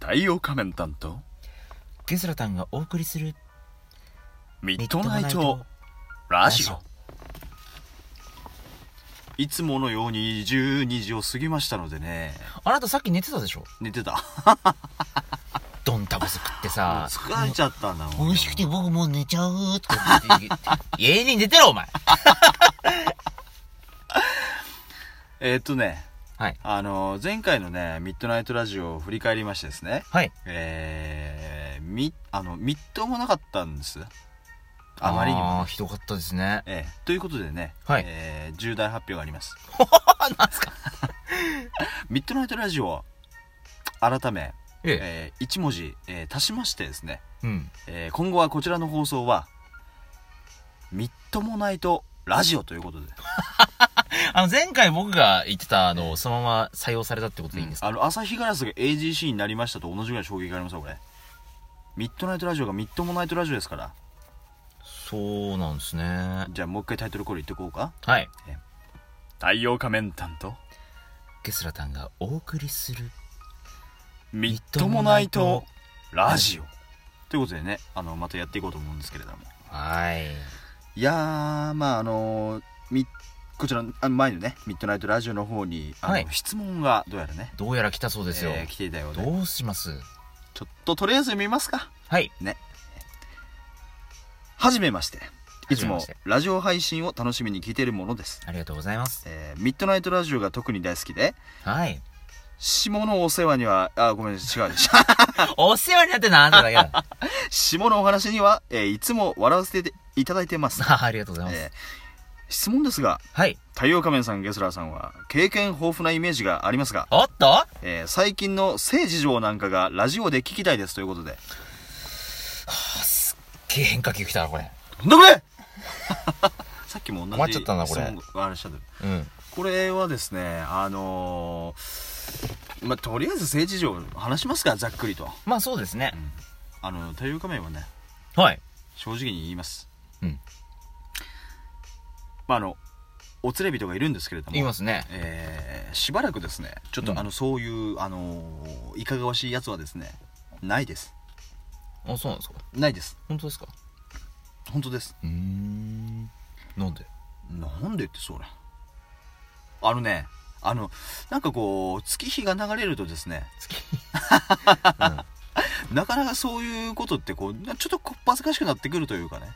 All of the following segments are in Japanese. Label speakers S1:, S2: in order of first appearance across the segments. S1: 太陽仮面担当
S2: ゲスラタンがお送りする
S1: ミ
S2: ミ
S1: ッ
S2: ッド
S1: ドナ
S2: ナイ
S1: イト
S2: ト
S1: ラジ
S2: ラ
S1: オいつものように12時を過ぎましたのでね
S2: あなたさっき寝てたでしょ
S1: 寝てた
S2: ドンタコス食ってさ
S1: 疲れちゃったんだもん
S2: 美味しくて僕もう寝ちゃうとか言って言って家に寝てろお前
S1: えーっとね
S2: はい
S1: あの前回のねミッドナイトラジオを振り返りましてですね
S2: はい
S1: えー、みあのみっともなかったんですあまりにも
S2: あーひどかったですね
S1: ええということでね、
S2: はい
S1: えー重大発表があり ます ミッドナイトラジオは改め、え
S2: え
S1: ー、1文字、えー足しましてですね、
S2: えうん
S1: えー今後はこちらの放送はみっともないとラジオということで
S2: あの前回僕が言ってたあのそのまま採用されたってことでいいんですか、
S1: あの朝日ガラスが AGC になりましたと同じぐらい衝撃がありますよこれミッドナイトラジオがみっともないとラジオですから
S2: そうなんですね
S1: じゃあもう一回タイトルコール言ってこうか
S2: はい
S1: 太陽仮面担当
S2: ゲスラタンがお送りする
S1: みっともないとラジオということでねあのまたやっていこうと思うんですけれども
S2: はい
S1: いやーまああのみこちらあの前のねミッドナイトラジオの方にあの、
S2: はい
S1: 質問がどうやらね、
S2: どうやら来たそうですよ、
S1: えー来ていたようで
S2: どうします
S1: ちょっととりあえず見ますか
S2: はい
S1: はじめましていつ
S2: はじめ
S1: も
S2: まして
S1: ラジオ配信を楽しみに聞いているものです、
S2: ありがとうございます
S1: えーミッドナイトラジオが特に大好きで
S2: はい
S1: 下のお世話にはあごめん違う
S2: お世話になってんなあんただけ だあ
S1: 下のお話には、えーいつも笑わせていただいて ます、
S2: ーありがとうございます、
S1: えー質問ですが
S2: はい
S1: 太陽仮面さんゲスラーさんは経験豊富なイメージがありますが、
S2: おっと
S1: えー最近の性事情なんかがラジオで聞きたいですということで
S2: 軽変化球来たなこれ
S1: なんだこれ さっきも同じ
S2: 困っちゃったなこれ
S1: 質問があれしちゃった
S2: うん
S1: これはですねあのーまあとりあえず性事情話しますかざっくりと
S2: まあそうですね
S1: あの太陽仮面はね
S2: はい
S1: 正直に言います
S2: うん
S1: まああのお連れ人がいるんですけれども
S2: 言いますね
S1: えーしばらくですねちょっと、
S2: うん
S1: あのそういうあのーいかがわしいやつはですねないです
S2: あそうなんですか
S1: ないです
S2: 本当ですか
S1: 本当です
S2: うーんなんで
S1: なんでってそれあのねあのなんかこう月日が流れるとですね
S2: 月
S1: なかなかそういうことってこうなちょっとこっぱずかしくなってくるというかね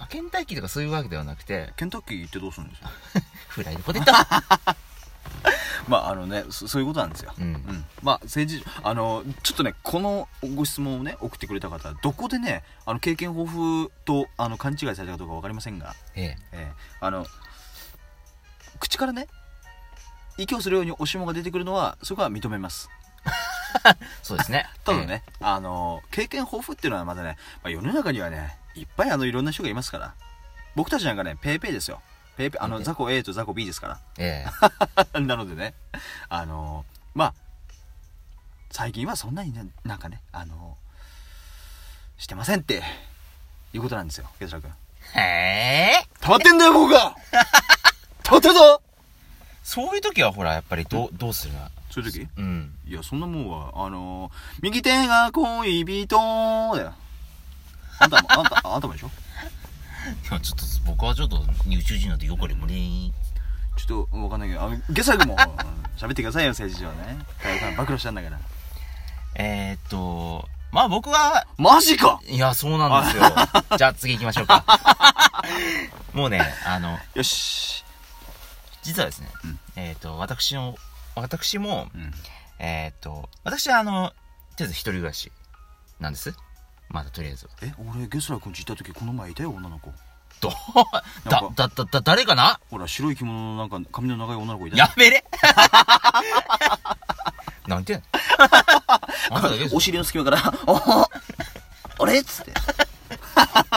S2: あ倦怠期とかそういうわけではなくて
S1: ケンタッキー行ってどうするんですよ
S2: フライドポテト
S1: まああのねそそういうことなんですよ、
S2: うん
S1: うん、まあ政治あのちょっとねこのご質問をね送ってくれた方どこでねあの経験豊富とあの勘違いされたかどうか分かりませんが、
S2: ええ
S1: ええあの口からね息をするようにおしもが出てくるのはそこは認めます
S2: そうです ね
S1: ただね、あの経験豊富っていうのはまだね、まあ、世の中にはねいっぱいあのいろんな人がいますから僕たちなんかねペイペイですよペイペイあの
S2: ペイペイ
S1: 雑魚 A と雑魚 B ですか
S2: ええ
S1: ら なのでねあのまあ最近はそんなにねなんかねあのしてませんっていうことなんですよゲスラ君
S2: ええ へえ
S1: 溜まってんだよここ が溜まってるぞ
S2: そういう時はほらやっぱりどうどうするな
S1: そういう時
S2: うん
S1: いやそんなもんはあの右手が恋人だよあんたもあん たあんたもでしょ
S2: いやちょっと僕はちょっと宇宙人なんてよくありもねー
S1: ちょっとわかんないけど、あの、ゲサ君もうん喋ってくださいよ、政治上ね。大変暴露したんだから。
S2: えー、っとまあ僕は
S1: マジか
S2: いや、そうなん ですよ。じゃあ次行きましょうか。もうね、あの、
S1: よし。
S2: 実はですね、
S1: うん
S2: えっ、と、私の、私も、
S1: うん。
S2: えっ、と、私はあの、とりあえず一人暮らしなんです。まだとりあえずは。
S1: え、俺、ゲスラ君ち行った時この前いたよ、女の子。
S2: どう
S1: な
S2: だ
S1: ん、
S2: だ、だ、だ、誰かな
S1: ほら、白い着物のなんか髪の長い女の子いたよ
S2: やめれ なんて 言うのあんただけですよ
S1: お尻の隙間から、おほあれっつ って。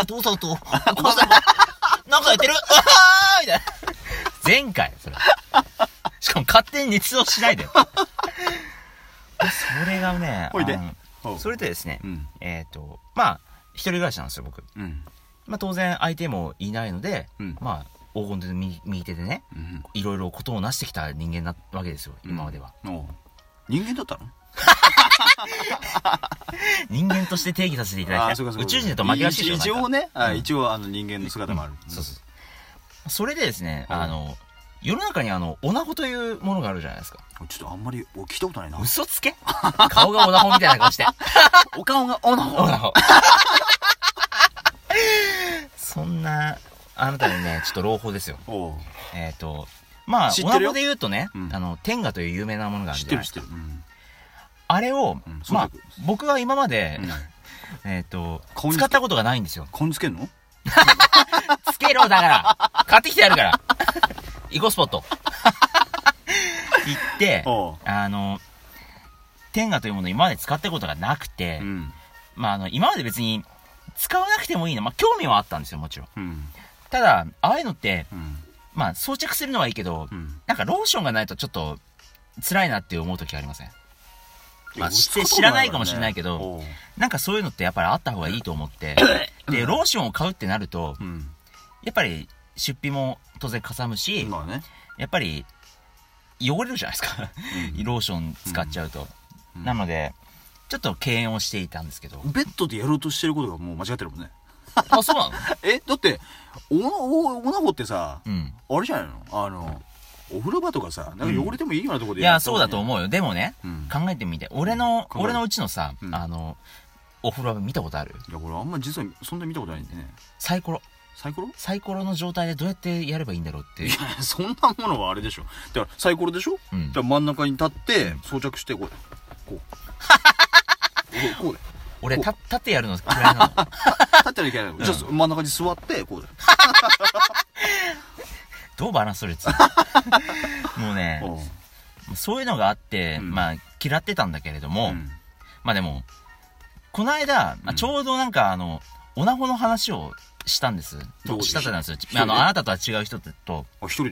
S2: お父さんとお母さんが、なんかやってるあーみたいな。前回、それ。しかも勝手に熱をしないでよ。それがね、
S1: ほいで
S2: あの
S1: ほう
S2: それでですね、
S1: うん。
S2: えっ、と、まあ、一人暮らしなんですよ、僕。
S1: うん。
S2: まあ当然相手もいないので、
S1: うん
S2: まあ、黄金手の右右手でね、
S1: うん。
S2: いろいろことを成してきた人間なわけですよ、今までは。
S1: おう。人間だったの
S2: 人間として定義させていただ
S1: ー
S2: きた
S1: そう
S2: い
S1: かそうか
S2: 宇宙人だと紛らわしいでしょ
S1: 一
S2: なんか
S1: 応ね、あ
S2: うん
S1: 一応あの人間の姿もある、
S2: そうそうそれでですね、
S1: うん
S2: あの世の中にあのオナホというものがあるじゃないですか
S1: うんちょっとあんまりお聞いたことないな
S2: 嘘つけ 顔がオナホみたいな顔して
S1: お顔がオナ
S2: オ
S1: ホ
S2: ナホ そんなあなたにねちょっと朗報ですよ
S1: おう
S2: えっ、とまあ
S1: 知っ
S2: オ
S1: て
S2: ナ
S1: るよ
S2: ホで言うとね、
S1: うん
S2: あの天下という有名なものがある
S1: 知っ
S2: じ
S1: て
S2: ゃな
S1: る
S2: いで
S1: 知っ
S2: すか
S1: てる、うん
S2: あれを、
S1: うんそうだ
S2: まあ僕は今まで、
S1: うん
S2: えっ、と
S1: 顔に
S2: 使ったことがないんですよ
S1: 顔につけんの
S2: つけろだから買ってきてやるから イコスポット行って
S1: おう
S2: あの天下というものを今まで使ったことがなくて、
S1: うん
S2: まああの今まで別に使わなくてもいいのまあ興味はあったんですよもちろん
S1: うん
S2: ただああいうのって
S1: うん
S2: まあ装着するのはいいけど、
S1: うん
S2: なんかローションがないとちょっと辛いなって思う時ありませんまあ
S1: いや
S2: 知って
S1: 俺使
S2: 知
S1: ったこと
S2: らないかもしれないけど
S1: からねおう
S2: なんかそういうのってやっぱりあった方がいいと 思ってでローションを買うってなると
S1: うん
S2: やっぱり出費も当然かさむし、
S1: まあね
S2: やっぱり汚れるじゃないですか
S1: うん
S2: ローション使っちゃうと、
S1: うん
S2: なのでちょっと敬遠をしていたんで すけど、
S1: ベッドでやろうとしてることがもう間違ってるもんね
S2: あそうなの
S1: えだってオナおオナホってさ
S2: うん
S1: あれじゃないのあのお風呂場とかさなんか汚れてもいいようなとこ
S2: い
S1: で
S2: や
S1: った
S2: そう
S1: 方
S2: だ
S1: が
S2: と思うよでもね
S1: うん
S2: 考えてみて俺の
S1: 考える
S2: 俺のうちのさ、
S1: うん
S2: あのお風呂場見たことある
S1: いやこれあんま実はそんな見たことないんでね
S2: サイコロ
S1: サイコロ
S2: サイコロの状態でどうやってやればいいんだろうって
S1: い
S2: いう
S1: や そんなものはあれでしょだからサイコロでしょ、
S2: うん
S1: じゃあ真ん中に立って装着してこうこうこうこうだよ
S2: 俺た立ってやるの嫌い なの
S1: 立ってはいけないの、じゃあ真ん中に座ってこうだよ
S2: どうバランス取るっつうのもう ね
S1: おう
S2: そういうのがあって、
S1: うん
S2: まあ嫌ってたんだけれども、
S1: うん
S2: まあでも、この間、
S1: う
S2: まあ
S1: ん
S2: ちょうどなんかあの、オナホの話をしたんです。
S1: どう
S2: したじゃないですよ
S1: 一。人
S2: あの、あなたとは違う人と、
S1: あ一人で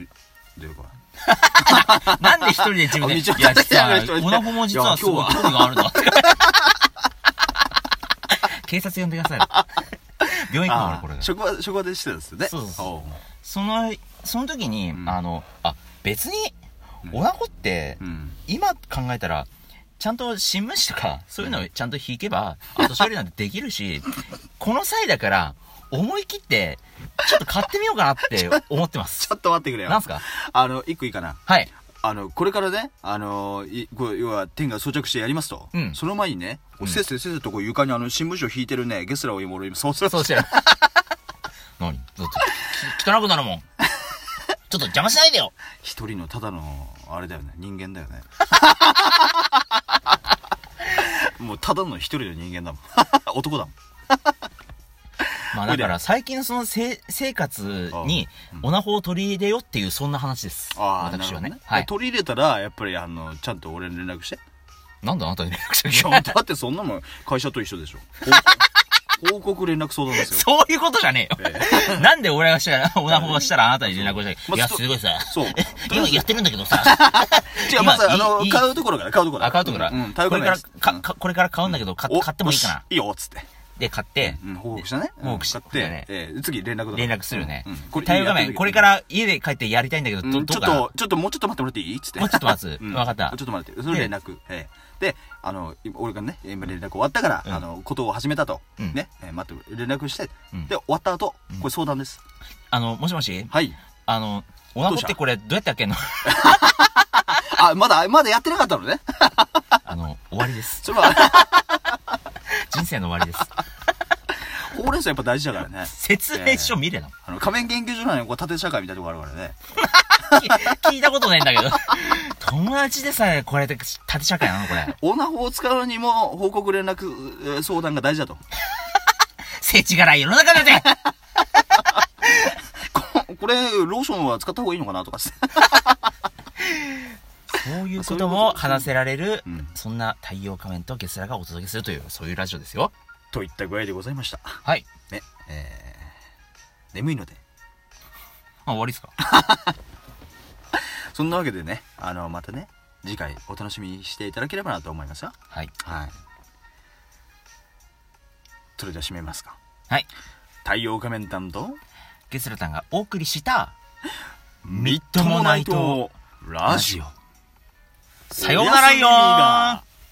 S1: 出るから
S2: なんで一人で自分で、
S1: あ
S2: い
S1: 道端
S2: や、実
S1: でやる人い
S2: は、
S1: て
S2: オナホも実はい
S1: や
S2: す
S1: 今日
S2: ごい
S1: は
S2: 興味があるの。警察呼んでください。病院行くの俺
S1: あ
S2: これが。
S1: 職場職場でしてたんですよね
S2: そうそうそう
S1: お
S2: その、その時に、
S1: うん
S2: あの、あ、別に、
S1: うん
S2: オナホって
S1: う、うん
S2: 今考えたら、ちゃんと新聞紙とか、そういうのをちゃんと引けば、後処理なんてできるし、この際だから、思い切って、ちょっと買ってみようかなって思ってま
S1: ち
S2: す。
S1: ょっと待ってくれよ
S2: なんすか
S1: あの一個いいかな
S2: はい。
S1: あのこれからねあのいこう要は天が装着してやりますと、
S2: うん
S1: その前にねこう
S2: う
S1: んせっせっせっせとこう床にあの新聞紙を引いてるねゲスラを今俺今そうする
S2: そうしてる。何だって、き汚くなる もん。ちょっと邪魔しないでよ。
S1: 一人のただのあれだよね人間だ よねもうただの一人の人間 だもん男だもん
S2: まあだから、最近のそのせ生活に
S1: あ、うん
S2: オナホを取り入れようっていう、そんな話です。
S1: ー
S2: 私は
S1: な
S2: ね
S1: るほど。
S2: はい。
S1: 取り入れたらやっぱりあのちゃんと俺に連絡 して
S2: なんだあなたに連絡しなきゃいけ
S1: い
S2: ない
S1: やだってそんなもん会社と一緒でしょ報告報告連絡相談ですよ
S2: そういうことじゃねえよ。
S1: え
S2: なんで俺がしたら、オナホがしたらあなたに連絡をし
S1: ま
S2: た
S1: あ
S2: いや、
S1: そう
S2: すごいさ。
S1: そう
S2: 今やってるんだけどさ。
S1: 違うまずあ
S2: 今
S1: の
S2: いい
S1: 買うところから買うところから
S2: あ、買うとこから。
S1: うん買う
S2: これから、
S1: うん
S2: か、かこれから買うんだけど、か
S1: お
S2: 買ってもいいか
S1: よ
S2: な
S1: し。いいよっつって
S2: で、買って、
S1: うん報告したね
S2: 報告し
S1: うん買
S2: だ
S1: って
S2: ね
S1: えー次連絡だ
S2: 連絡するよね
S1: うん。
S2: 対応画面、これか
S1: や
S2: ら家で帰ってやりたいんだけど、
S1: ってみ
S2: ど、
S1: るけどうんち
S2: どう
S1: ょっ
S2: かな
S1: とちょっともうちょっと待ってもらっていいっつって
S2: もうちょっと待つ。
S1: うん
S2: わかっ
S1: ちょ
S2: た
S1: っ。と待って。それ連絡。ええで、あの、今俺がね、今連絡終わったから、
S2: うん
S1: あの、ことを始めたと。
S2: うん
S1: ね、えー待って、連絡して、
S2: うん
S1: で、終わった後
S2: うん、
S1: これ相談です。
S2: あの、もしもし
S1: はい。
S2: あの、オナホってこれ、どうやって開けんの
S1: あ、まだ、まだやってなかったのね。
S2: あの、終わりです。
S1: それは、
S2: 人生の終わりです。
S1: ほうれん草やっぱ大事だから ね。
S2: 説明書見れな。
S1: あの、仮面研究所なのに、こう、縦社会みたいなとこあるからね。
S2: き聞いたことないんだけ ど。友達でさえ、これで、縦社会なのこ れ。
S1: オーナー法を使うのにも、報告連絡、えー相談が大事だと。
S2: 世知辛い世の中だぜ
S1: ここれ、ローションは使った方がいいのかなとかして。
S2: そういうことも話せられる
S1: うん、
S2: そんな太陽仮面とゲスラがお届けするという、そういうラジオですよ。
S1: といった具合でございました。
S2: はい。
S1: ね、えー、眠いので。
S2: あ、終わりですか
S1: そんなわけでね、あの、またね、次回お楽しみにしていただければなと思いますよ。
S2: はい。
S1: はい。それでは締めますか。
S2: はい。
S1: 太陽仮面担当、
S2: ゲスラタンがお送りした、
S1: みっ
S2: ともないと
S1: ラジオ。
S2: さようならよー